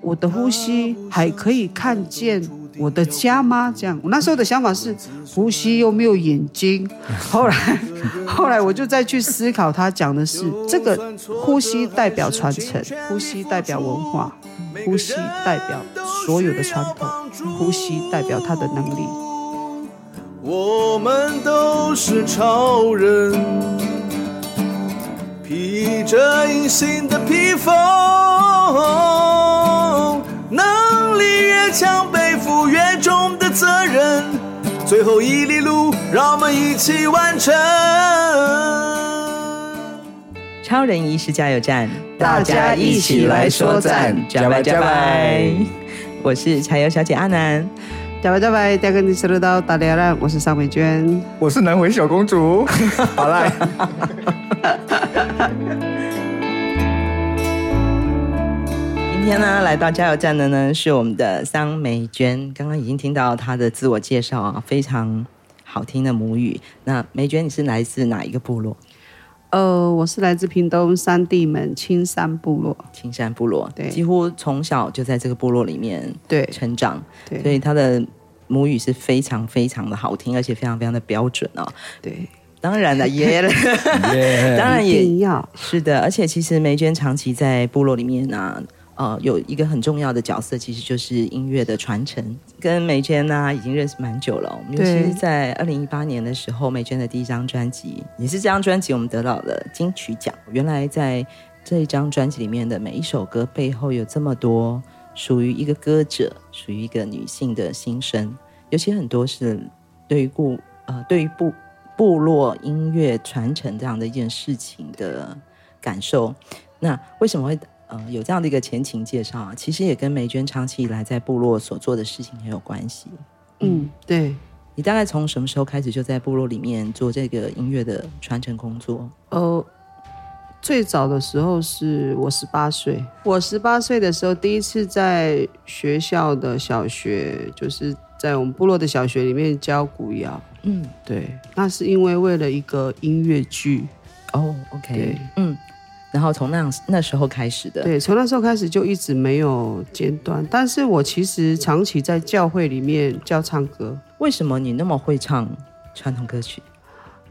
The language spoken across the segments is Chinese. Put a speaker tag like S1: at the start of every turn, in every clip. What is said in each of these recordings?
S1: 我的呼吸还可以看见我的家吗？这样，我那时候的想法是，呼吸又没有眼睛。后来， 后来我就再去思考，他讲的是这个呼吸代表传承，呼吸代表文化，呼吸代表所有的传统，呼吸代表他的能力。
S2: 我们都是超人，披着隐形的披风，能力越强，背负越重的责任。最后一里路，让我们一起完成。
S3: 超人医师加油站，
S1: 大家一起来说赞
S3: 加拜加拜！我是柴油小姐阿南，
S1: 加拜加拜，再跟你说到大家了，我是尚美娟。
S4: 我是南回小公 主，好啦，
S3: 今天呢来到加油站的呢是我们的桑美娟，刚刚已经听到她的自我介绍啊，非常好听的母语。那美娟，你是来自哪一个部落？
S1: 呃，我是来自屏东三地门青山部落，
S3: 青山部落，
S1: 对
S3: 几乎从小就在这个部落里面
S1: 对
S3: 成长，
S1: 对
S3: 所以她的母语是非常非常的好听，而且非常非常的标准啊、
S1: 对，
S3: 当然 了，耶，当然
S1: 一
S3: 也
S1: 定要
S3: 是的，而且其实梅娟长期在部落里面啊，呃，有一个很重要的角色，其实就是音乐的传承。跟梅娟呢、已经认识蛮久了，我们尤
S1: 对
S3: 其是在二零一八年的时候，梅娟的第一张专辑，也是这张专辑我们得到了金曲奖。原来在这一张专辑里面的每一首歌背后有这么多属于一个歌者、属于一个女性的心声，尤其很多是对于故呃对于部部落音乐传承这样的一件事情的感受。那为什么会呃有这样的一个前情介绍啊？其实也跟梅娟长期以来在部落所做的事情很有关系。
S1: 嗯，对，
S3: 你大概从什么时候开始就在部落里面做这个音乐的传承工作？
S1: 呃，最早的时候是我十八岁，我十八岁的时候第一次在学校的小学，就是在我们部落的小学里面教古谣。
S3: 嗯，
S1: 对，那是因为为了一个音乐剧，
S3: 哦，OK，嗯，然后从那样那时候开始的，
S1: 对，从那时候开始就一直没有间断。但是我其实长期在教会里面教唱歌，
S3: 为什么你那么会唱传统歌曲？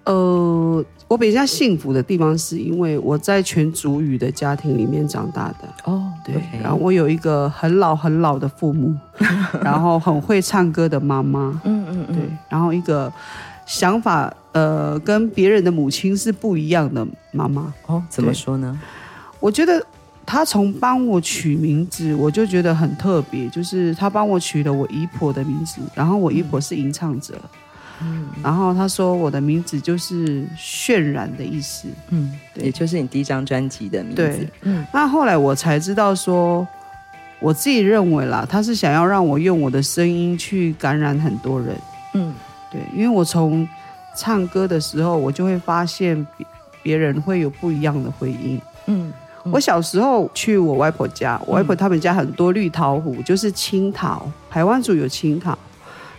S1: 呃，我比较幸福的地方是因为我在全族语的家庭里面长大的，
S3: 哦，
S1: 对然后我有一个很老很老的父 母，然后很会唱歌的妈妈，
S3: 嗯嗯
S1: 对，然后一个想法呃跟别人的母亲是不一样的妈妈，
S3: 哦，怎么
S1: 对
S3: 说呢？
S1: 我觉得她从帮我取名字，我就觉得很特别，就是她帮我取了我姨婆的名字，然后我姨婆是吟唱者，然后她说我的名字就是渲染的意思，
S3: 嗯，
S1: 对
S3: 也就是你第一张专辑的名字
S1: 对。
S3: 嗯
S1: 那后来我才知道说，我自己认为啦，他是想要让我用我的声音去感染很多人。
S3: 嗯，
S1: 对，因为我从唱歌的时候，我就会发现别别人会有不一样的回应。
S3: 嗯，
S1: 我小时候去我外婆家，我外婆他们家很多绿桃核，就是青桃，台湾族有青桃。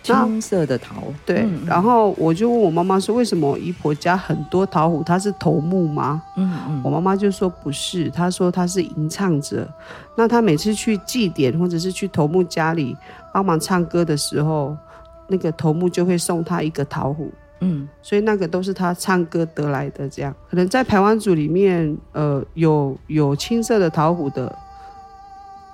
S1: 那
S3: 青色的桃，
S1: 对，
S3: 嗯
S1: 然后我就问我妈妈说，为什么我姨婆家很多桃核？她是头目吗？
S3: 嗯
S1: 我妈妈就说不是，她说她是吟唱者。那她每次去祭典或者是去头目家里帮忙唱歌的时候，那个头目就会送她一个桃核，
S3: 嗯
S1: 所以那个都是她唱歌得来的。这样，可能在台湾组里面，呃，有有青色的桃核的，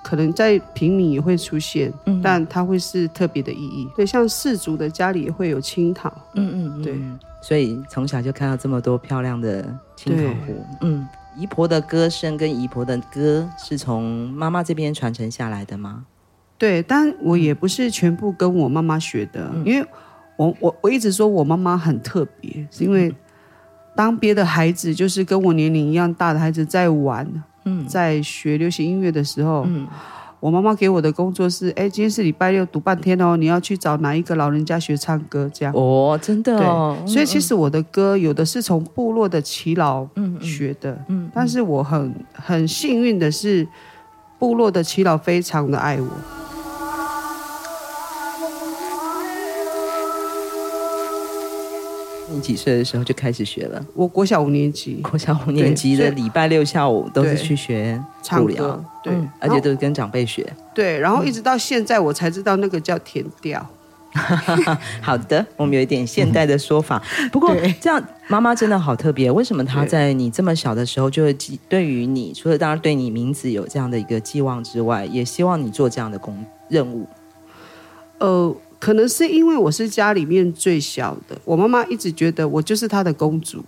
S1: 可能在平民也会出现，
S3: 嗯
S1: 但它会是特别的意义。对，像氏族的家里也会有青桃。
S3: 嗯嗯嗯，
S1: 对
S3: 嗯。所以从小就看到这么多漂亮的青
S1: 对
S3: 桃湖，嗯。姨婆的歌声跟姨婆的歌是从妈妈这边传承下来的吗？
S1: 对，但我也不是全部跟我妈妈学的，因为我我我一直说我妈妈很特别，是因为当别的孩子就是跟我年龄一样大的孩子在玩，嗯，在学流行音乐的时候，嗯，我妈妈给我的工作是，哎，今天是礼拜六，读半天哦，你要去找哪一个老人家学唱歌这样。
S3: 哦，真的哦，
S1: 所以其实我的歌有的是从部落的耆老学的，嗯嗯，但是我很很幸运的是，部落的耆老非常的爱我，
S3: 你几岁的时候就开始学了？
S1: 我国小五年级
S3: 国小五年级的
S1: 对所以
S3: 礼拜六下午都是
S1: 对
S3: 去学
S1: 唱
S3: 舞
S1: 歌
S3: 疗，，
S1: 对，
S3: 嗯而
S1: 然
S3: 且
S1: 后
S3: 都是跟长辈学。
S1: 对，然后一直到现在我才知道那个叫填调。
S3: 好的，我们有一点现代的说 法。不过
S1: 对
S3: 这样，妈妈真的好特别。为什么她
S1: 对
S3: 在你这么小的时候就会寄对于你，除了当然对你名字有这样的一个寄望之外，也希望你做这样的工任务？
S1: 呃，可能是因为我是家里面最小的，我妈妈一直觉得我就是她的公主，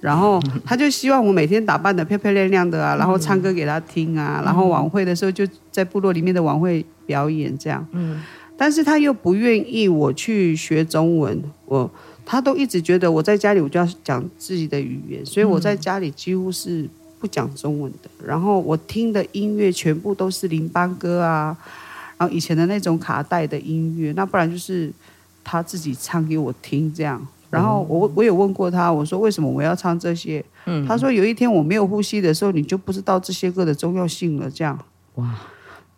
S1: 然后她就希望我每天打扮的漂漂亮亮的啊，然后唱歌给她听啊，然后晚会的时候就在部落里面的晚会表演这样。嗯，但是她又不愿意我去学中文，我。她都一直觉得我在家里我就要讲自己的语言，所以我在家里几乎是不讲中文的。然后我听的音乐全部都是林邦歌啊，然后以前的那种卡带的音乐，那不然就是他自己唱给我听这样。然后我我有问过他，我说为什么我要唱这些？他说有一天我没有呼吸的时候，你就不知道这些歌的重要性了。这样，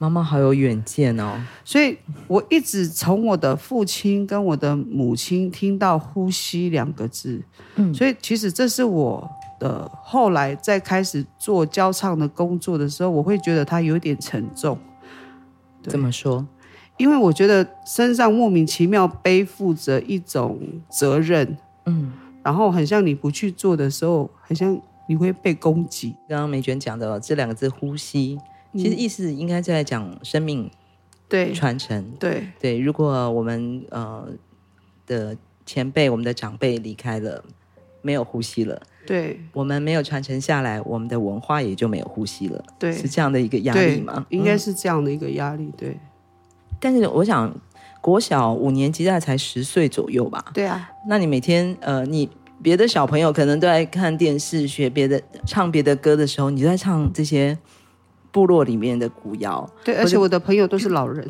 S3: 妈妈好有远见哦。
S1: 所以我一直从我的父亲跟我的母亲听到“呼吸”两个字，嗯，所以其实这是我的后来在开始做教唱的工作的时候，我会觉得它有点沉重。对
S3: 这么说？
S1: 因为我觉得身上莫名其妙背负着一种责任，
S3: 嗯，
S1: 然后很像你不去做的时候，很像你会被攻击。
S3: 刚刚梅娟讲的哦这两个字“呼吸”，其实意思应该在讲生命
S1: 对
S3: 传承。
S1: 对
S3: 对，如果我们呃的前辈、我们的长辈离开了，没有呼吸了。
S1: 对
S3: 我们没有传承下来，我们的文化也就没有呼吸了，
S1: 对
S3: 是这样的一个压力
S1: 对
S3: 吗？，
S1: 应该
S3: 嗯、
S1: 是这样的一个压力。对
S3: 但是我想，国小五年级大概才十岁左右吧，
S1: 对啊，
S3: 那你每天呃，你别的小朋友可能都在看电视、学别的、唱别的歌的时候，你就在唱这些部落里面的古谣，
S1: 对，而且我的朋友都是老 人，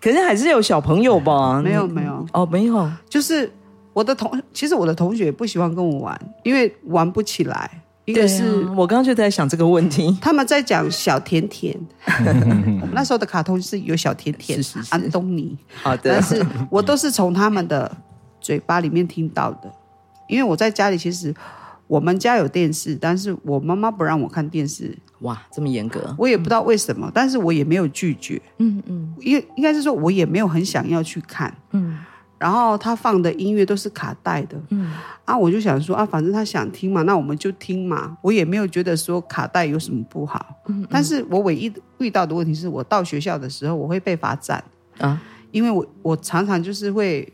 S3: 可是还是有小朋友吧？
S1: 没有
S3: 你
S1: 没有，
S3: 哦，没有，
S1: 就是我的同，其实我的同学不喜欢跟我玩，因为玩不起来。一
S3: 对
S1: 个
S3: 啊，
S1: 是
S3: 我刚刚就在想这个问题。
S1: 他们在讲小甜甜，我们那时候的卡通是有小甜甜、
S3: 是是是
S1: 安东尼，
S3: 好的
S1: 但，是我都是从他们的嘴巴里面听到的，因为我在家里其实我们家有电视，但是我妈妈不让我看电视，
S3: 哇，这么严格，
S1: 我也不知道为什么，但是我也没有拒绝，
S3: 嗯嗯
S1: 因为应该是说我也没有很想要去看，
S3: 嗯
S1: 然后他放的音乐都是卡带的，
S3: 嗯，
S1: 啊，我就想说啊，反正他想听嘛，那我们就听嘛。我也没有觉得说卡带有什么不好，
S3: 嗯
S1: 但是我唯一遇到的问题是我到学校的时候，我会被罚站
S3: 啊，
S1: 因为我我常常就是会，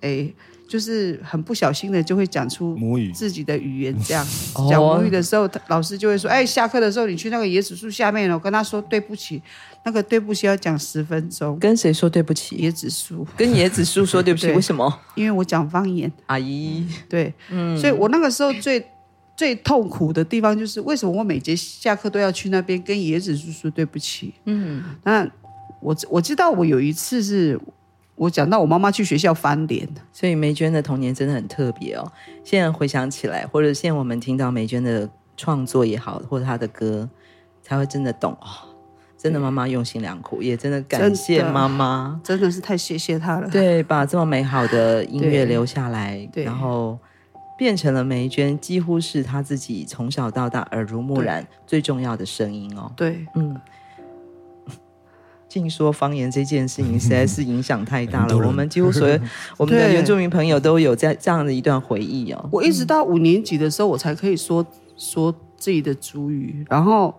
S1: 诶，就是很不小心的就会讲出
S5: 母语
S1: 自己的语言，这样、
S3: 哦
S1: 讲母语的时候，他老师就会说，哎，下课的时候你去那个椰子树下面，我哦跟他说对不起，那个对不起要讲十分钟。
S3: 跟谁说对不起？
S1: 椰子树，
S3: 跟 椰子树说对不起，
S1: 对
S3: 为什么？
S1: 因为我讲方言，
S3: 阿姨，
S1: 对，
S3: 嗯
S1: 所以我那个时候最最痛苦的地方就是，为什么我每节下课都要去那边跟椰子叔叔对不起？
S3: 嗯，
S1: 那我我知道我有一次是我讲到我妈妈去学校翻脸，
S3: 所以梅娟的童年真的很特别哦。现在回想起来，或者现在我们听到梅娟的创作也好，或者她的歌，才会真的懂哦。真的，妈妈用心良苦，也真的感谢
S1: 真的
S3: 妈妈，
S1: 真的是太谢谢她了。
S3: 对，把这么美好的音乐
S1: 对
S3: 留下来，
S1: 对
S3: 然后变成了梅娟，几乎是她自己从小到大耳濡目染最重要的声音哦。
S1: 对
S3: 嗯，净说方言这件事情实在是影响太大了。我们几乎所有我们的
S1: 对
S3: 原住民朋友都有在这样的一段回忆哦。
S1: 我一直到五年级的时候，我才可以说说自己的主语，然后。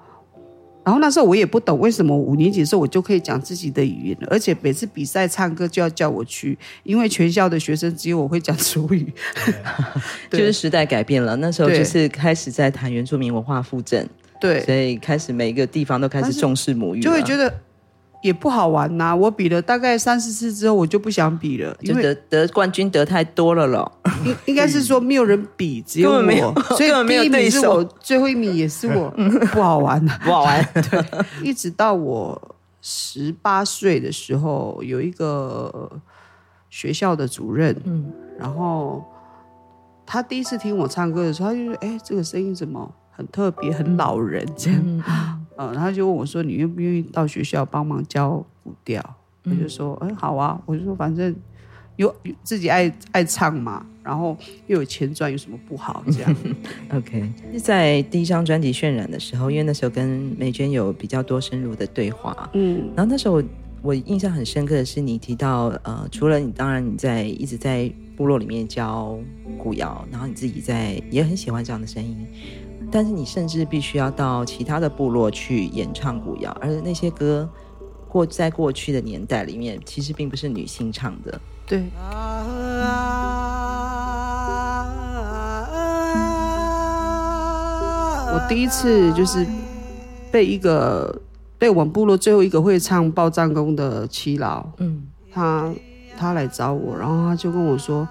S1: 然后那时候我也不懂为什么五年级的时候我就可以讲自己的语言了，而且每次比赛唱歌就要叫我去，因为全校的学生只有我会讲主 语，对
S3: 就是时代改变了，那时候
S1: 对
S3: 就是开始在谈原住民文化复振，
S1: 对
S3: 所，以开始每一个地方都开始
S1: 但是
S3: 重视母语了，
S1: 就会觉得也不好玩呐、我比了大概三四次之后，我就不想比了，因
S3: 就
S1: 为
S3: 得得冠军得太多了 咯。
S1: 应应该是说没有人比，只有
S3: 根
S1: 我
S3: 本没有，
S1: 所以
S3: 根本没有
S1: 第一名
S3: 对
S1: 是
S3: 手
S1: 我，最后一名也是 我，不好玩啊呐、
S3: 不好玩。
S1: 一直到我十八岁的时候，有一个学校的主任，
S3: 嗯
S1: 然后他第一次听我唱歌的时候，他就说：“哎，这个声音怎么很特别，很老人这样。
S3: 嗯嗯
S1: 呃，然后他就问我说：“你愿不哎愿意到学校帮忙教舞调？”我就说：“嗯，好啊。”我就说：“反正有有自己爱爱唱嘛，然后又有钱赚，有什么不好？这 样
S3: OK，在第一张专辑《渲染》的时候，因为那时候跟美娟有比较多深入的对话，
S1: 嗯，
S3: 然后那时候我我印象很深刻的是，你提到呃，除了你当然你在一直在部落里面教古谣，然后你自己在也很喜欢这样的声音，但是你甚至必须要到其他的部落去演唱古谣，而那些歌过在过去的年代里面，其实并不是女性唱的。
S1: 对，我第一次就是被一个被我们部落最后一个会唱报战功的耆老，
S3: 嗯
S1: 他他来找我，然后他就跟我说，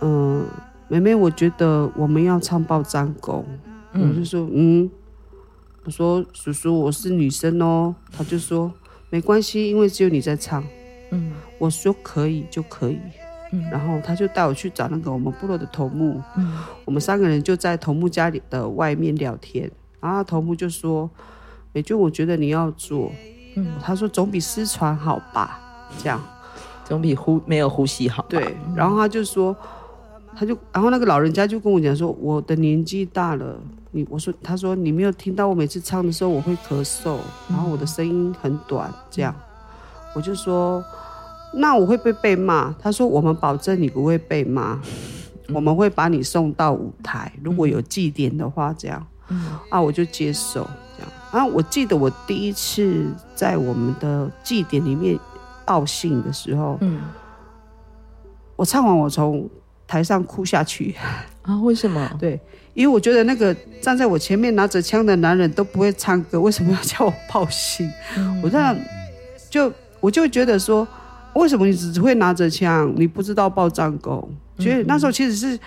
S1: 嗯、妹妹，我觉得我们要唱报战功，我就说嗯，我说叔叔我是女生哦，他就说没关系，因为只有你在唱，
S3: 嗯
S1: 我说可以就可以，
S3: 嗯
S1: 然后他就带我去找那个我们部落的头目，
S3: 嗯
S1: 我们三个人就在头目家里的外面聊天，然后头目就说，美娟，我觉得你要做，
S3: 嗯
S1: 他说总比失传好吧，这样。嗯
S3: 总比呼没有呼吸好吧。
S1: 对，然后他就说，他就，然后那个老人家就跟我讲说，我的年纪大了，你，我说，他说你没有听到我每次唱的时候我会咳嗽，然后我的声音很短，这样，我就说，那我会不会被骂？他说我们保证你不会被骂，我们会把你送到舞台，如果有祭典的话，这样，啊，我就接受这样。然后我记得我第一次在我们的祭典里面报信的时候，
S3: 嗯
S1: 我唱完，我从台上哭下去。
S3: 啊，为什么？
S1: 对，因为我觉得那个站在我前面拿着枪的男人都不会唱歌，为什么要叫我报信？我这样就我就觉得说，为什么你只会拿着枪，你不知道报战功？所以那时候其实是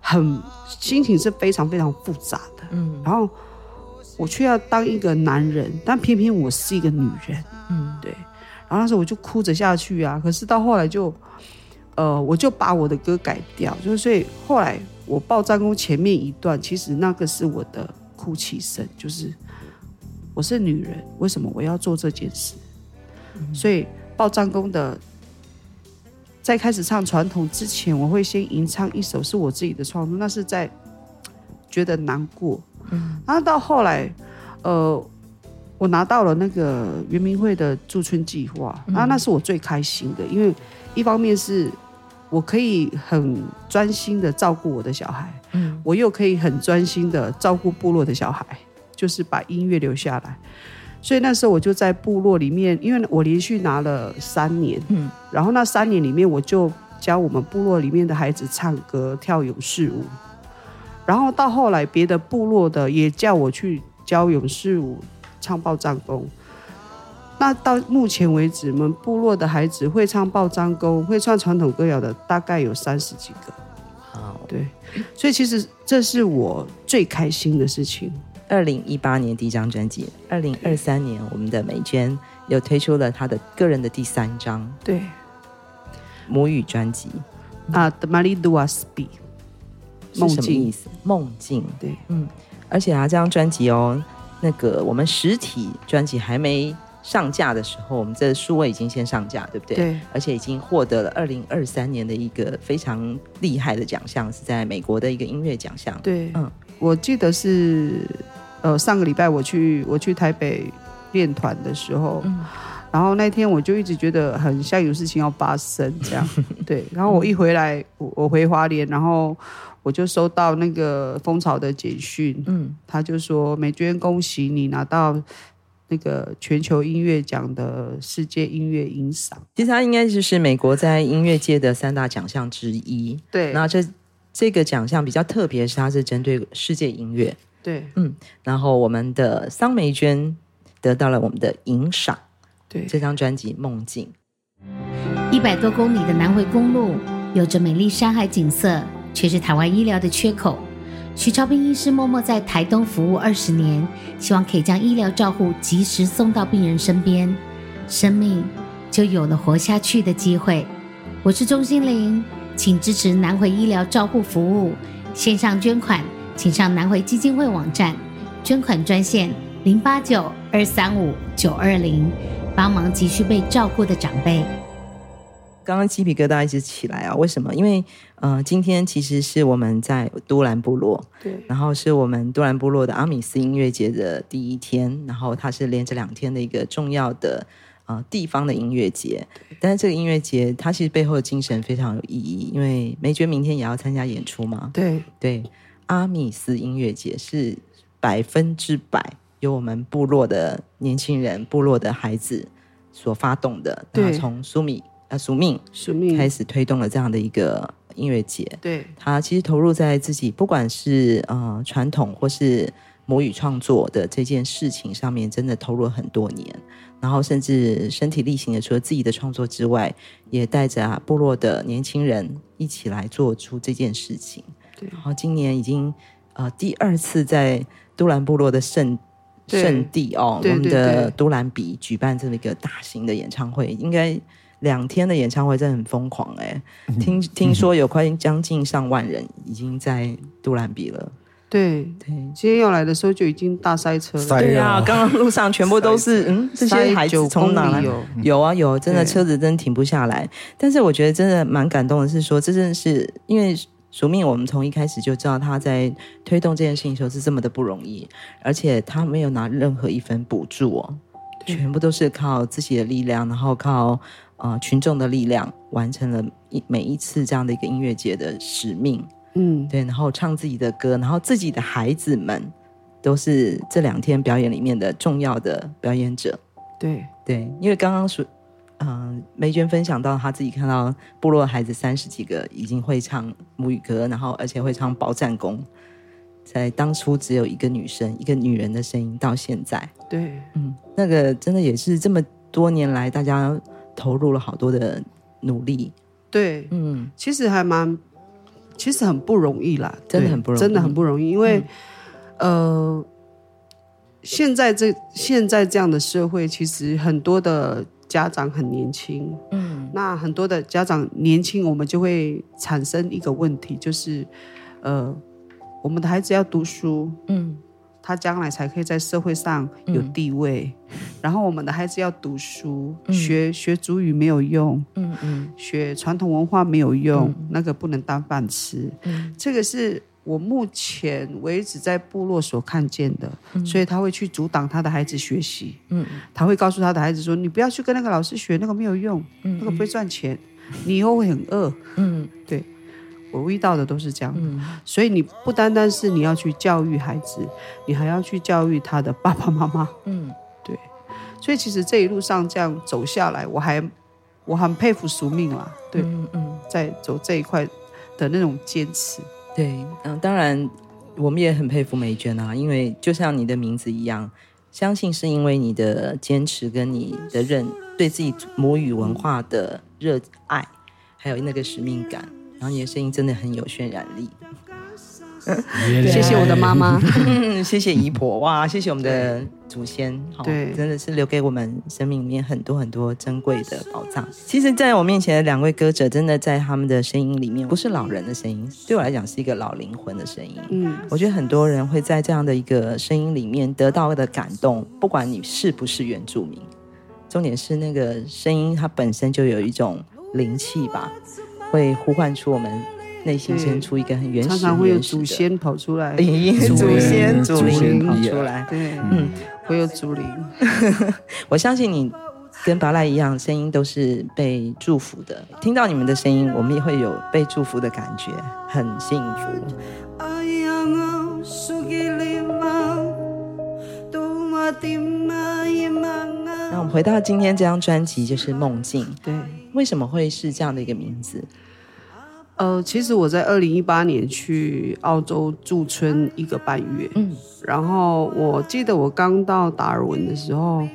S1: 很心情是非常非常复杂的。嗯，然后我却要当一个男人，但偏偏我是一个女人。嗯，对。然后那时候我就哭着下去啊，可是到后来就，呃，我就把我的歌改掉，就是所以后来我报战功前面一段，其实那个是我的哭泣声，就是我是女人，为什么我要做这件事？所以报战功的。在开始唱传统之前，我会先吟唱一首是我自己的创作，那是在觉得难过。嗯，然后到后来，呃，我拿到了那个圆明会的驻村计划，那、那是我最开心的，因为一方面是我可以很专心的照顾我的小孩，嗯，我又可以很专心的照顾部落的小孩，就是把音乐留下来。所以那时候我就在部落里面，因为我连续拿了三年，嗯，然后那三年里面我就教我们部落里面的孩子唱歌、跳勇士舞，然后到后来别的部落的也叫我去教勇士舞、唱报战功。那到目前为止，我们部落的孩子会唱报章功、会唱传统歌谣的，大概有三十几个。
S3: 好，
S1: 对，所以其实这是我最开心的事情。
S3: 二零一八年第一张专辑，二零二三年我们的美娟又推出了她的个人的第三张
S1: 对，
S3: 母语专辑，
S1: 啊，The Mali d u a s p i
S3: 是什
S1: 梦
S3: 么
S1: 境
S3: 意思？梦境。
S1: 对，
S3: 而且啊，这张专辑哦，那个我们实体专辑还没上架的时候，我们这数位已经先上架，对不对？
S1: 对
S3: 而且已经获得了二零二三年的一个非常厉害的奖项，是在美国的一个音乐奖项。
S1: 对，
S3: 嗯
S1: 嗯，我记得是呃上个礼拜我去我去台北练团的时候，然后那天我就一直觉得很像有事情要发生这 样，对，然后我一回来，我我回花莲，然后我就收到那个蜂巢的简讯，
S3: 嗯
S1: 他就说美娟恭喜你拿到。那个全球音乐奖的世界音乐音赏，
S3: 其实它应该就是美国在音乐界的三大奖项之一。
S1: 对
S3: 然后这这个奖项比较特别，是它是针对世界音乐。
S1: 对
S3: 然后我们的桑梅娟得到了我们的银赏，
S1: 对
S3: 这张专辑《梦境》。
S5: 一百多公里的南回公路，有着美丽山海景色，却是台湾医疗的缺口。徐超斌医师默默在台东服务二十年，希望可以将医疗照护及时送到病人身边，生命就有了活下去的机会。我是钟心玲，请支持南回医疗照护服务线上捐款，请上南回基金会网站，捐款专线零八九二三五九二零，帮忙急需被照顾的长辈。
S3: 刚刚鸡皮疙瘩一直起来啊！为什么？因为呃，今天其实是我们在都兰部落，
S1: 对，
S3: 然后是我们都兰部落的阿米斯音乐节的第一天，然后它是连着两天的一个重要的呃地方的音乐节。但是这个音乐节它其实背后的精神非常有意义，因为梅娟明天也要参加演出嘛。
S1: 对，
S3: 对，阿米斯音乐节是百分之百由我们部落的年轻人、部落的孩子所发动的。
S1: 对
S3: 那从苏米啊苏命
S1: 使命
S3: 开始推动了这样的一个音乐节。
S1: 对
S3: 他其实投入在自己不管是呃传统或是母语创作的这件事情上面，真的投入了很多年，然后甚至身体力行的，除了自己的创作之外，也带着、啊、部落的年轻人一起来做出这件事情。
S1: 对
S3: 然后今年已经呃第二次在都兰部落的圣
S1: 对
S3: 圣地哦，
S1: 对
S3: 我们
S1: 对
S3: 的
S1: 对
S3: 都兰比举办这么一个大型的演唱会，应该两天的演唱会真的很疯狂哎、听听说有快将近上万人已经在都兰比了，
S1: 对，
S3: 对。
S1: 今天要来的时候就已经大塞车了，
S4: 塞
S3: 对呀、
S4: 哦
S3: 刚刚路上全部都 是，嗯，这些孩
S1: 塞
S3: 子
S1: 九
S3: 从
S1: 公
S3: 哪来
S1: 里？哦有，
S3: 有啊有，真的
S1: 对
S3: 车子真的停不下来。但是我觉得真的蛮感动的是说，这真的是因为署命，我们从一开始就知道他在推动这件事情的时候是这么的不容易，而且他没有拿任何一分补助哦，全部都是靠自己的力量，然后靠呃群众的力量完成了一每一次这样的一个音乐节的使命。
S1: 嗯，
S3: 对，然后唱自己的歌，然后自己的孩子们都是这两天表演里面的重要的表演者。
S1: 对
S3: 对，因为刚刚说，嗯、梅娟分享到她自己看到部落孩子三十几个已经会唱母语歌，然后而且会唱保战功，在当初只有一个女生，一个女人的声音，到现在，
S1: 对
S3: 嗯，那个真的也是这么多年来大家投入了好多的努力，
S1: 对，
S3: 嗯，
S1: 其实还蛮，其实很不容易啦，
S3: 真的
S1: 对
S3: 很不容易嗯
S1: 真的很不容易，因为、呃，现在这现在这样的社会，其实很多的家长很年轻，嗯，那很多的家长年轻，我们就会产生一个问题，就是呃，我们的孩子要读书，
S3: 嗯，
S1: 他将来才可以在社会上有地位，然后我们的孩子要读书，学学主语没有用，
S3: 嗯嗯
S1: 学传统文化没有用，那个不能当饭吃。
S3: 嗯
S1: 这个是我目前为止在部落所看见的，所以他会去阻挡他的孩子学习。
S3: 嗯
S1: 他会告诉他的孩子说：“你不要去跟那个老师学，那个没有用，那个不会赚钱，你以后会很饿。
S3: 嗯”
S1: 我遇到的都是这样的，
S3: 嗯
S1: 所以你不单单是你要去教育孩子，你还要去教育他的爸爸妈妈。
S3: 嗯
S1: 所以其实这一路上这样走下来，我还我很佩服宿命啦，对，
S3: 嗯嗯，
S1: 在走这一块的那种坚持。
S3: 对，嗯、当然我们也很佩服梅娟啊，因为就像你的名字一样，相信是因为你的坚持跟你的认对自己母语文化的热爱，还有那个使命感，然后你的声音真的很有渲染力。啊
S1: 谢谢我的妈 妈，
S3: 嗯，谢谢姨婆，哇，谢谢我们的祖先，好
S1: 对
S3: 真的是留给我们生命里面很多很多珍贵的宝藏。其实，在我面前的两位歌者，真的在他们的声音里面，不是老人的声音，对我来讲是一个老灵魂的声音。
S1: 嗯，
S3: 我觉得很多人会在这样的一个声音里面得到的感动，不管你是不是原住民，重点是那个声音它本身就有一种灵气吧，会呼唤出我们内心深处一个很原始、
S1: 常常会有
S3: 原始
S1: 祖
S3: 的
S1: 先跑出来，
S3: 灵祖
S1: 祖
S3: 先
S1: 先
S3: 祖
S1: 祖
S3: 灵
S1: 灵
S3: 跑
S1: 跑
S3: 出
S4: 出
S3: 来。
S1: 对，
S3: 嗯
S1: 嗯，会有祖灵，
S3: 我相信你跟巴赖一样，声音都是被祝福的。听到你们的声音，我们也会有被祝福的感觉，很幸福。
S6: Ayang sugiliman, tumatimaimangan.
S3: 那我们回到今天这张专辑，就是《梦境》，
S1: 对。
S3: 为什么会是这样的一个名字？
S1: 呃，其实我在二零一八年去澳洲驻村一个半月，
S3: 嗯
S1: 然后我记得我刚到达尔文的时候，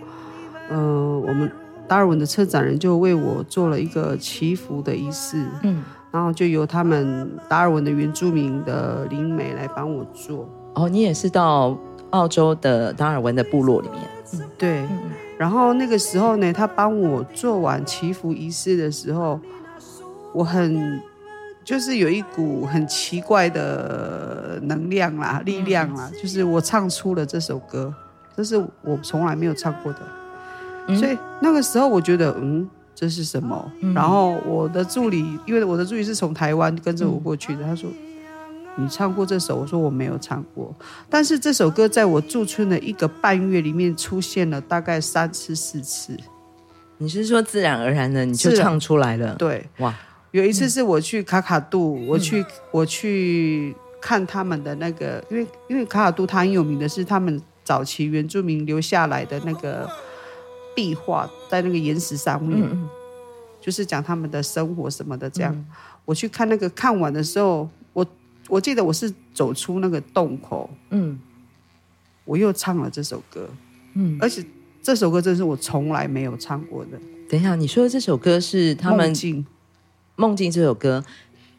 S1: 呃，我们达尔文的策展人就为我做了一个祈福的仪式，
S3: 嗯，
S1: 然后就由他们达尔文的原住民的灵媒来帮我做，
S3: 哦，你也是到澳洲的达尔文的部落里面，
S1: 对，
S3: 嗯
S1: 然后那个时候呢，他帮我做完祈福仪式的时候，我很就是有一股很奇怪的能量啦、力量啦，就是我唱出了这首歌，这是我从来没有唱过的，所以那个时候我觉得，嗯，这是什么？然后我的助理，因为我的助理是从台湾跟着我过去的，他说你唱过这首，我说我没有唱过，但是这首歌在我驻村的一个半月里面出现了大概三次四次。
S3: 你是说自然而然的你就
S1: 自然
S3: 唱出来了？，
S1: 对，
S3: 哇，
S1: 有一
S3: 嗯
S1: 次是我去卡卡杜，我去我去看他们的那个，因为因为卡卡杜它很有名的是他们早期原住民留下来的那个壁画，在那个岩石上面，
S3: 嗯
S1: 就是讲他们的生活什么的这样。我去看那个看完的时候，我我记得我是走出那个洞口，
S3: 嗯
S1: 我又唱了这首歌，
S3: 嗯。
S1: 而且这首歌真是我从来没有唱过的。
S3: 等一下，你说的这首歌是他们
S1: 梦
S3: 《
S1: 境
S3: 梦境》这首歌，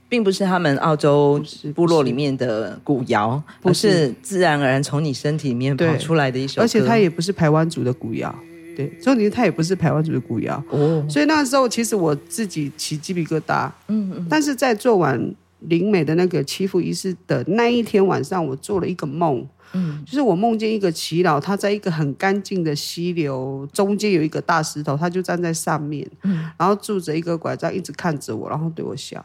S3: 并不是他们澳洲
S1: 是
S3: 部落里
S1: 面。
S3: 面的古谣，
S1: 不
S3: 而
S1: 是
S3: 是自然而然从你身体里面跑
S1: 对
S3: 出来的一首歌。
S1: 而且它也不是台湾族的古谣，对，重点是它也不是台湾族的古谣，
S3: 哦，
S1: 所以那时候其实我自己起鸡皮疙瘩，
S3: 嗯嗯，
S1: 但是在做完灵美的那个祈福仪式的那一天晚上，我做了一个梦，嗯，就是我梦见一个祈老，他在一个很干净的溪流中间有一个大石头，他就站在上面，嗯，然后拄着一个拐杖，一直看着我，然后对我笑，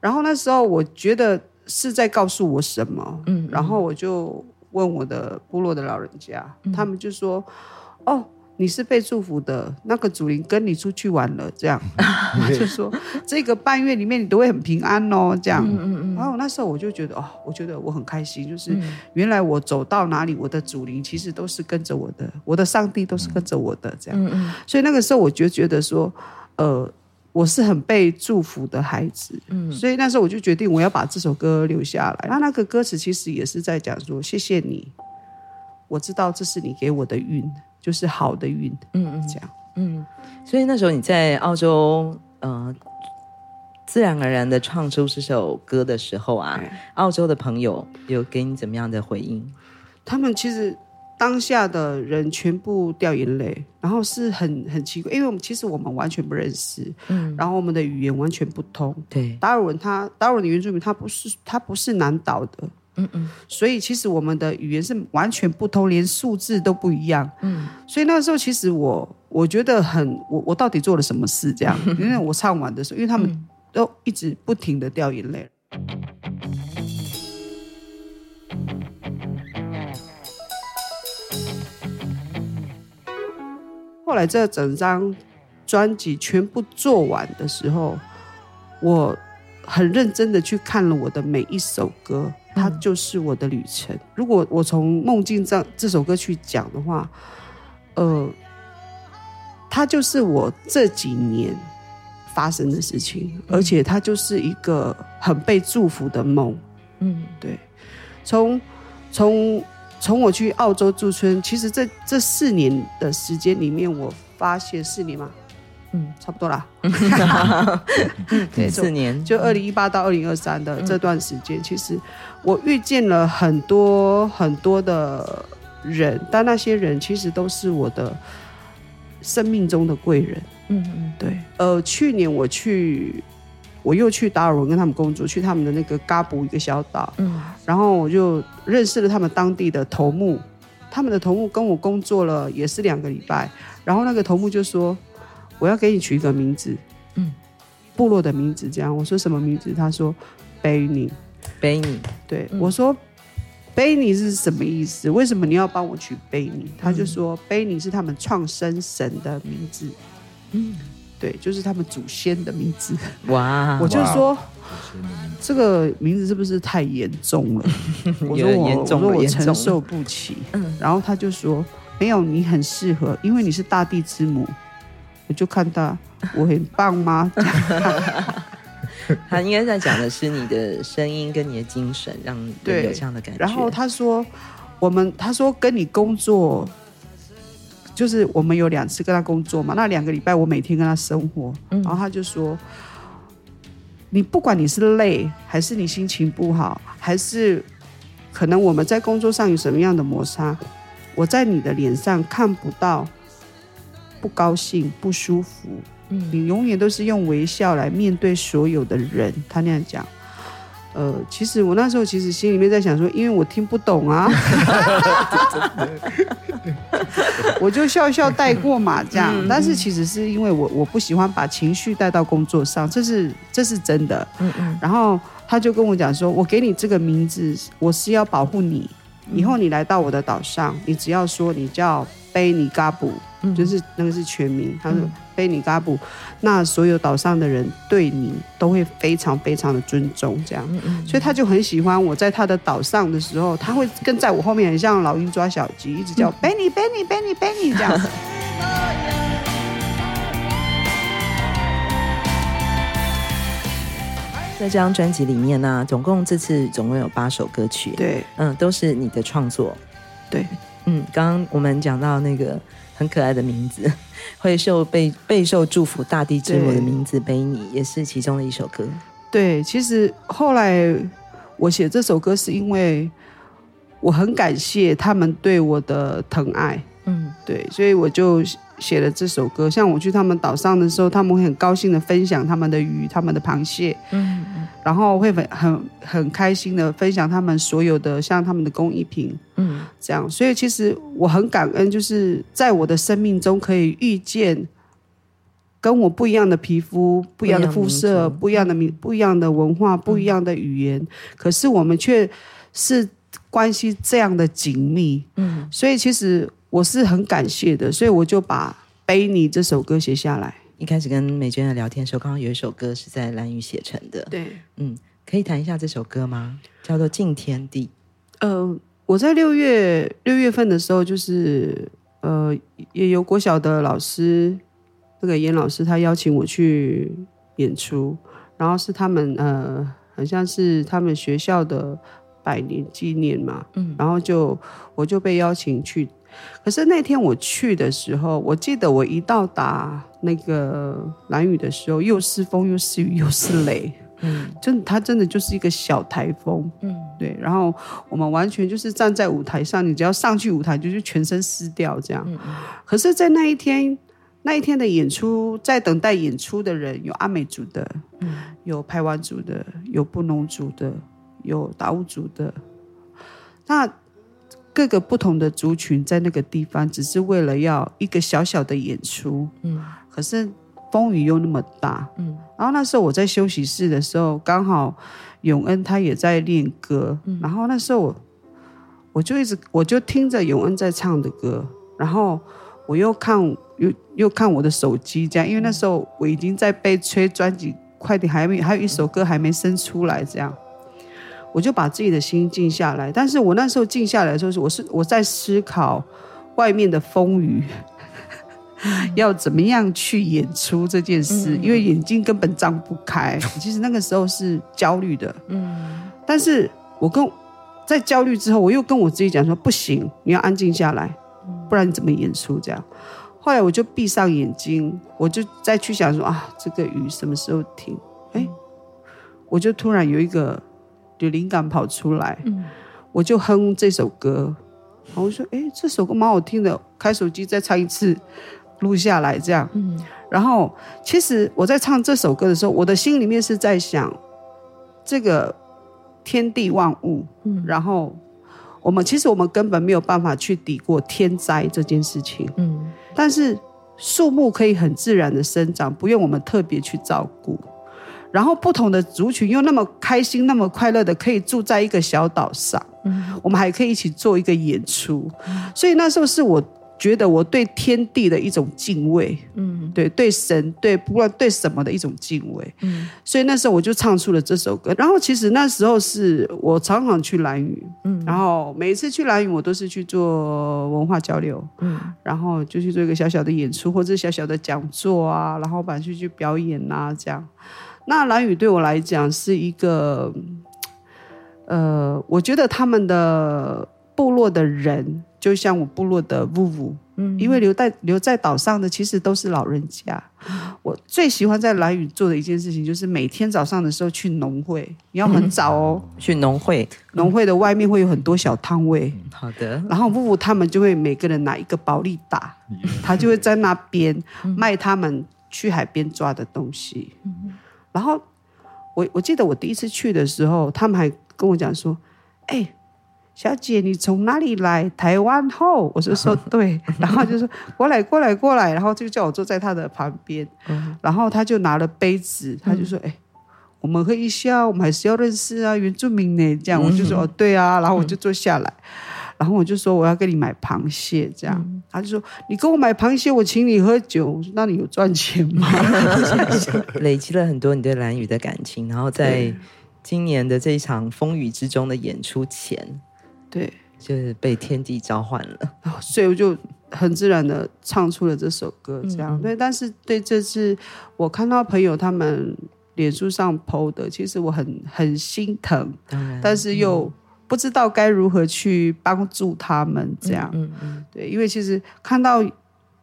S1: 然后那时候我觉得是在告诉我什么，嗯，然后我就问我的部落的老人家，他们就说，哦。你是被祝福的，那个祖灵跟你出去玩了，这样， 他就说这个半月里面你都会很平安哦，这样。然后那时候我就觉得哦，我觉得我很开心，就是原来我走到哪里，我的主灵其实都是跟着我的，我的上帝都是跟着我的这样。所以那个时候我就觉得说，呃。我是很被祝福的孩子，所以那时候我就决定我要把这首歌留下来。那那个歌词其实也是在讲说，谢谢你，我知道这是你给我的运，就是好的运，嗯嗯，这样。
S3: 所以那时候你在澳洲，呃，自然而然的唱出这首歌的时候啊，澳洲的朋友有给你怎么样的回应？
S1: 他们其实当下的人全部掉眼泪，然后是很很奇怪，因为我们其实我们完全不认识，嗯，然后我们的语言完全不通。
S3: 对，
S1: 达尔文他达尔文的原住民他不是他不是南岛的，嗯嗯，所以其实我们的语言是完全不通，连数字都不一样，嗯，所以那时候其实我我觉得很我我到底做了什么事这 样，因为我唱完的时候，因为他们都一直不停的掉眼泪，后来这整张专辑全部做完的时候，我很认真的去看了我的每一首歌，它就是我的旅程。如果我从《梦境》这这首歌去讲的话，呃，它就是我这几年发生的事情，而且它就是一个很被祝福的梦。
S3: 嗯
S1: 对，从从从我去澳洲驻村，其实这这四年的时间里面，我发现四年嘛，
S3: 嗯，
S1: 差不多啦，
S3: 对，四年嗯
S1: 就二零一八到二零二三的这段时间，其实我遇见了很多很多的人，但那些人其实都是我的生命中的贵人。
S3: 嗯嗯
S1: 对，呃，去年我去，我又去达尔文跟他们公主去他们的那个嘎布一个小岛，
S3: 嗯，
S1: 然后我就认识了他们当地的头目，他们的头目跟我工作了也是两个礼拜，然后那个头目就说我要给你取一个名字，
S3: 嗯，
S1: 部落的名字这样，我说什么名字？他说贝尼，
S3: 背你，
S1: 对、
S3: 嗯
S1: 我说。贝尼是什么意思？为什么你要帮我取贝
S3: 嗯
S1: 尼？他就说贝尼是他们创生神的名字。
S3: 嗯，
S1: 对，就是他们祖先的名 字。
S3: 哇，哦
S1: 我就
S4: 哇
S1: 说，这个名字是不是太严 重了？我说
S3: 有
S1: 我
S3: 严重
S1: 我
S3: 了
S1: 说我
S3: 严重
S1: 承
S3: 了嗯
S1: 受不起。然后他就说，没有，你很适合，因为你是大地之母。我就看他，我很棒吗？
S3: 他应该在讲的是你的声音跟你的精神，让人
S1: 对
S3: 有这样的感觉。
S1: 然后他说，我们他说跟你工作，就是我们有两次跟他工作嘛，那两个礼拜我每天跟他生活，
S3: 嗯
S1: 然后他就说，你不管你是累，还是你心情不好，还是可能我们在工作上有什么样的摩擦，我在你的脸上看不到不高兴、不舒服。
S3: 嗯
S1: 你永远都是用微笑来面对所有的人，他那样讲。呃，其实我那时候其实心里面在想说，因为我听不懂 啊，我就笑笑带过嘛，这样。但是其实是因为我我不喜欢把情绪带到工作上，这是这是真的。嗯嗯。然后他就跟我讲说，我给你这个名字，我是要保护你，以后你来到我的岛上，你只要说你叫贝尼嘎布，就是那个是全名，他说贝尼嘎布，那所有岛上的人对你都会非常非常的尊重，这样。所以他就很喜欢我在他的岛上的时候，他会跟在我后面，很像老鹰抓小鸡，一直叫 Benny Benny Benny Benny 这样。
S3: 在这张专辑里面呢、总共这次总共有八首歌曲，，
S1: 对
S3: 嗯，都是你的创作。
S1: 对，
S3: 嗯，刚刚我们讲到那个很可爱的名字，会受备备受祝福大地之母的
S1: 对
S3: 名字贝尼，也是其中的一首歌。
S1: 对，其实后来我写这首歌是因为我很感谢他们对我的疼爱，
S3: 嗯
S1: 对，所以我就写了这首歌。像我去他们岛上的时候，他们会很高兴的分享他们的鱼、他们的螃蟹，
S3: 嗯
S1: 然后会很很很开心的分享他们所有的像他们的工艺品，
S3: 嗯
S1: 这样，所以其实我很感恩，就是在我的生命中可以遇见跟我不一样的皮肤、不一样的肤色、不一样的民、嗯不一样的文化、不一样的语言，可是我们却是关系这样的紧密。
S3: 嗯，
S1: 所以其实我是很感谢的，所以我就把《背你》这首歌写下来。
S3: 一开始跟美娟的聊天的时候，刚刚有一首歌是在蓝雨写成的，
S1: 对，
S3: 嗯，可以谈一下这首歌吗？叫做《敬天地》。
S1: 呃，我在六月六月份的时候，就是呃，也有国小的老师，那个严老师，他邀请我去演出，然后是他们呃，好像是他们学校的百年纪念嘛，嗯，然后就我就被邀请去，可是那天我去的时候，我记得我一到达那个蓝雨的时候，又是风又是雨又是雷，嗯，真它真的就是一个小台风，嗯，对，然后我们完全就是站在舞台上，你只要上去舞台就是全身湿掉这样，可是，在那一天。那一天的演出，在等待演出的人有阿美族的，有排湾族的，有布农族的，有达悟族的。那各个不同的族群在那个地方，只是为了要一个小小的演出。嗯，可是风雨又那么大。嗯，然后那时候我在休息室的时候，刚好永恩他也在练歌，然后那时候我我就一直我就听着永恩在唱的歌，然后我又看又又看我的手机，这样，因为那时候我已经在被催专辑，快点还没还有一首歌还没生出来，这样，我就把自己的心静下来。但是我那时候静下来的时候，是我是我在思考外面的风雨。 要怎么样去演出这件事？因为眼睛根本张不开。其实那个时候是焦虑的，嗯。但是我跟在焦虑之后，我又跟我自己讲说，不行，你要安静下来，不然你怎么演出这样？后来我就闭上眼睛，我就再去想说啊，这个雨什么时候停？哎，我就突然有一个有灵感跑出来，我就哼这首歌，然后我说哎，这首歌蛮好听的，开手机再唱一次，录下来这样。然后其实我在唱这首歌的时候，我的心里面是在想这个天地万物，然后。我们其实我们根本没有办法去抵过天灾这件事情，
S3: 嗯
S1: 但是树木可以很自然的生长，不用我们特别去照顾。然后不同的族群又那么开心、那么快乐的可以住在一个小岛上，我们还可以一起做一个演出，所以那时候是我觉得我对天地的一种敬畏，嗯，对，对神，对不管对什么的一种敬畏，嗯，所以那时候我就唱出了这首歌。然后其实那时候是我常常去兰屿，嗯，然后每一次去兰屿我都是去做文化交流，然后就去做一个小小的演出或者小小的讲座啊，然后把去去表演啊，这样。那蓝宇对我来讲是一个，呃，我觉得他们的部落的人就像我部落的布布，嗯，因为留在留在岛上的其实都是老人家。我最喜欢在蓝宇做的一件事情就是每天早上的时候去农会，你要很早哦，
S3: 去农会。
S1: 农会的外面会有很多小摊位，
S3: 好的，
S1: 然后布布他们就会每个人拿一个保利达，他就会在那边卖他们去海边抓的东西。然后我我记得我第一次去的时候，他们还跟我讲说：“哎、小姐，你从哪里来？台湾后？”我就说对，然后就说过来过来过来，然后就叫我坐在他的旁边，然后他就拿了杯子，他就说：“哎、我们喝一下，我们还是要认识啊，原住民呢。”这样我就说：“哦，对啊。”然后我就坐下来。然后我就说我要跟你买螃蟹，这样，
S3: 嗯
S1: 他就说你跟我买螃蟹，我请你喝酒。我说那你有赚钱吗？
S3: 累积了很多你对蓝宇的感情，然后在今年的这一场风雨之中的演出前，
S1: 对，
S3: 就是被天地召唤了。
S1: 然后所以我就很自然的唱出了这首歌，这
S3: 嗯
S1: 样、对。但是对这次我看到朋友他们脸书上 PO 的，其实我很很心疼，
S3: 当然，
S1: 但是
S3: 嗯
S1: 又不知道该如何去帮助他们这样。
S3: 嗯嗯，
S1: 对，因为其实看到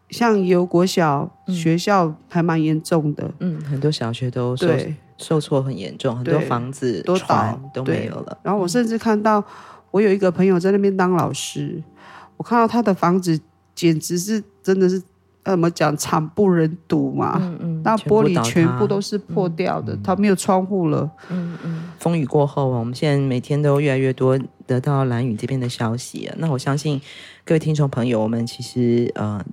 S1: 像有国小、学校还蛮严重的，
S3: 嗯，很多小学都受
S1: 对。
S3: 受挫很严重，很多
S1: 对
S3: 房子、
S1: 都
S3: 船
S1: 倒
S3: 都
S1: 对
S3: 没有了。
S1: 然后我甚至看到我有一个朋友在那边当老师，我看到他的房子简直是真的是呃怎么讲惨不忍睹嘛，
S3: 嗯嗯
S1: 啊那玻璃全部都
S3: 是。
S1: 是破掉的，他没有窗户了。
S3: 风雨过后啊，我们现在每天都越来越多得到蓝宇这边的消息啊。那我相信各位听众朋友，我们其实呃，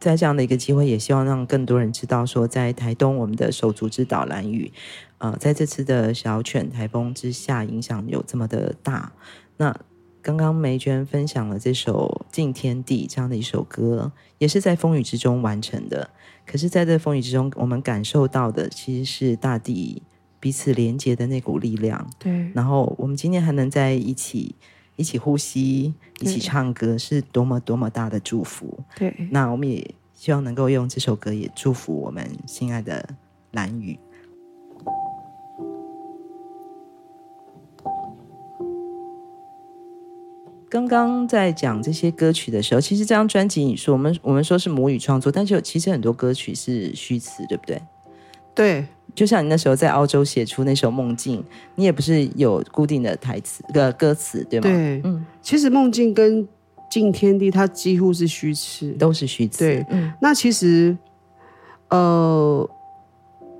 S3: 在这样的一个机会，也希望让更多人知道说，在台东我们的手足之岛蓝宇，呃，在这次的小犬台风之下，影响有这么的大。那刚刚梅娟分享了这首《敬天地》这样的一首歌，也是在风雨之中完成的。可是，在这风雨之中，我们感受到的其实是大地彼此连接的那股力量。
S1: 对
S3: 然后，我们今天还能在一起，一起呼吸，一起唱歌，是多么多么大的祝福。
S1: 对，
S3: 那我们也希望能够用这首歌也祝福我们心爱的蓝宇。刚刚在讲这些歌曲的时候，其实这张专辑，你说我们我们说是母语创作，但是有其实很多歌曲是虚词，对不对？
S1: 对，
S3: 就像你那时候在澳洲写出那首《梦境》，你也不是有固定的台词、个歌词，对吗？，
S1: 对，
S3: 嗯，
S1: 其实梦境跟敬天地，它几乎是虚词。
S3: 都是虚词。
S1: 对
S3: 嗯
S1: 那其实，呃，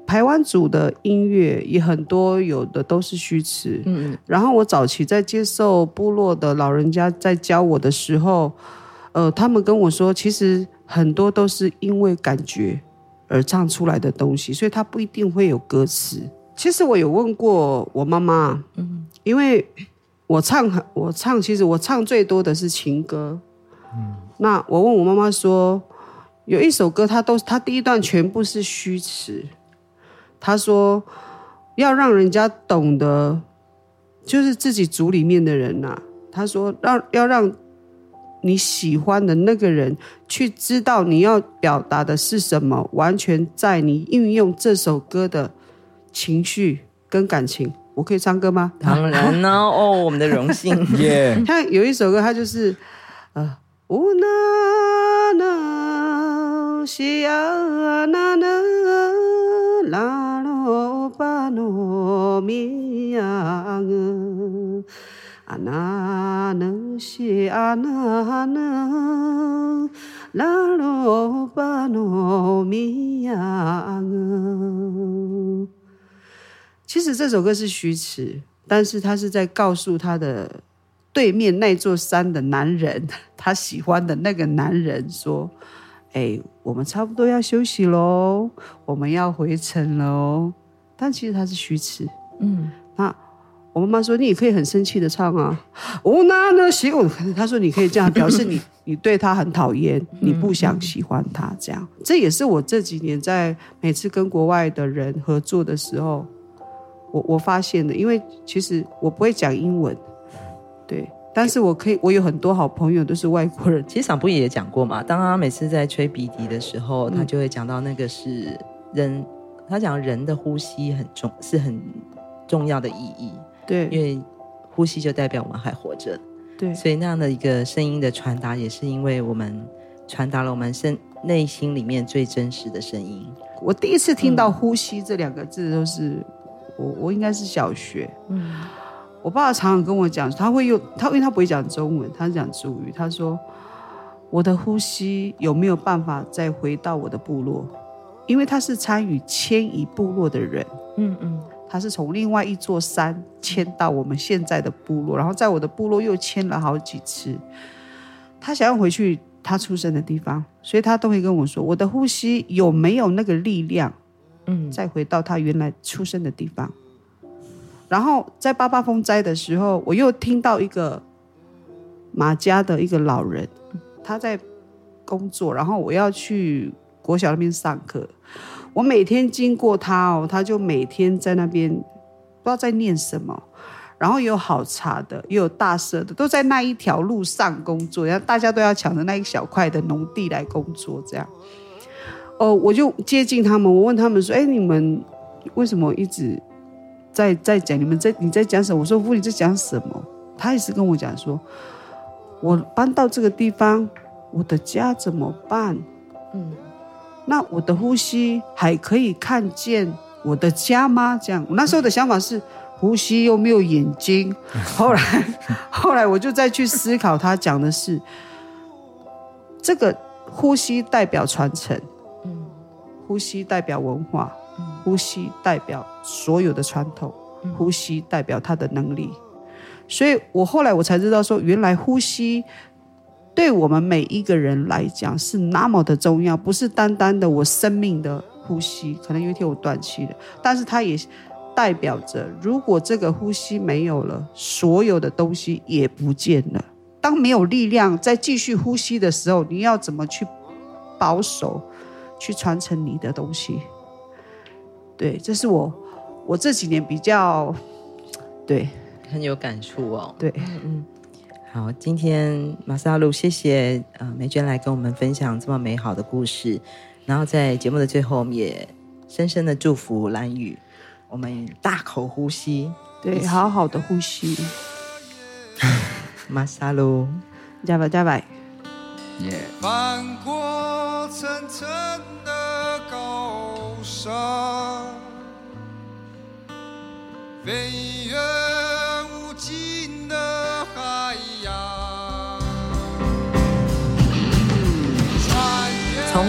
S1: 台湾组的音乐也很多，有的都是虚词。
S3: 嗯嗯
S1: 然后我早期在接受部落的老人家在教我的时候，呃，他们跟我说，其实很多都是因为感觉而唱出来的东西，所以它不一定会有歌词。其实我有问过我妈妈，嗯，因为我唱很我唱，其实我唱最多的是情歌，嗯，那我问我妈妈说，有一首歌，它都它第一段全部是虚词，她说要让人家懂得就是自己组里面的人呐、他说让要让你喜欢的那个人去知道你要表达的是什么，完全在你运用这首歌的情绪跟感情。我可以唱歌吗？
S3: 当然呢、哦，我们的荣幸。
S4: 耶，
S1: 他有一首歌，他就是呃，乌那那西呀那那拉罗巴诺米呀啊那那西啊那那拉罗巴诺米呀啊。其实这首歌是虚词，但是他是在告诉他的对面那座山的男人，他喜欢的那个男人说：“哎，我们差不多要休息喽，我们要回城喽。”但其实他是虚词。
S3: 嗯，
S1: 那我妈妈说：“你也可以很生气的唱啊。”哦，那那行，我她说你可以这样表示 你你对他很讨厌，你不想喜欢他这样。这也是我这几年在每次跟国外的人合作的时候，我我发现的，因为其实我不会讲英文，对，但是我可以，我有很多好朋友都是外国人，
S3: 其实桑布也讲过嘛，当他每次在吹鼻笛的时候，他就会讲到那个是人，他讲人的呼吸很重，是很重要的意义，因
S1: 对
S3: 为呼吸就代表我们还活着，
S1: 对
S3: 所以那样的一个声音的传达，也是因为我们传达了我们身内心里面最真实的声音。
S1: 我第一次听
S3: 嗯
S1: 到“呼吸”这两个字，都是我我应该是小学。嗯，我爸常常跟我讲，他会用他，因为他不会讲中文，他是讲主语。他说：“我的呼吸有没有办法再回到我的部落？因为他是参与迁移部落的人，
S3: 嗯嗯，
S1: 他是从另外一座山迁到我们现在的部落，然后在我的部落又迁了好几次。他想要回去他出生的地方，所以他都会跟我说，我的呼吸有没有那个力量，
S3: 嗯，
S1: 再回到他原来出生的地方。然后在八八风灾的时候，我又听到一个马家的一个老人，他在工作，然后我要去国小那边上课。我每天经过他哦，他就每天在那边不知道在念什么，然后有好茶的，也有大社的，都在那一条路上工作，然后大家都要抢着那一小块的农地来工作，这样。哦，我就接近他们，我问他们说：“哎，你们为什么一直在在讲？你们在你在讲什么？”我说：“夫，你在讲什么？”他也是跟我讲说：“我搬到这个地方，我的家怎么办？”
S3: 嗯，
S1: 那我的呼吸还可以看见我的家吗？这样，我那时候的想法是，呼吸又没有眼睛。后来， 后来我就再去思考，他讲的是这个呼吸代表传承，
S3: 嗯
S1: 呼吸代表文化，
S3: 嗯
S1: 呼吸代表所有的传统，呼吸代表他的能力。所以我后来我才知道说，原来呼吸对我们每一个人来讲是那么的重要，不是单单的我生命的呼吸，可能有一天我断气了，但是它也代表着，如果这个呼吸没有了，所有的东西也不见了。当没有力量再继续呼吸的时候，你要怎么去保守，去传承你的东西？对，这是我我这几年比较对
S3: 很有感触哦。
S1: 对，
S3: 好，今天马萨路，谢谢呃梅娟来跟我们分享这么美好的故事。然后在节目的最后，我们也深深的祝福蓝宇，我们大口呼吸，
S1: 对，好好的呼吸，
S3: 马萨路。
S1: 加吧加吧。
S4: 耶
S7: 翻过层层的高山，飞越无尽的海洋。穿越
S3: 从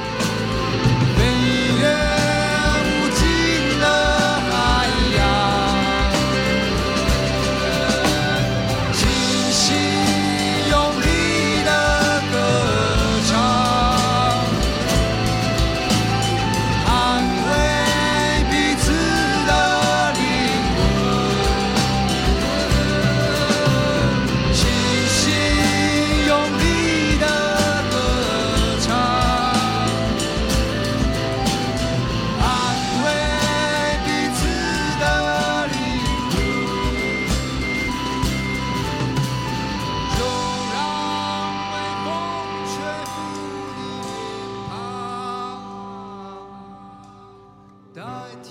S7: 越无尽的海洋，清晰有力的歌唱，安慰彼此的灵魂，清晰有力的歌唱。安慰彼此的灵魂，就让微风吹拂你脸庞，代替。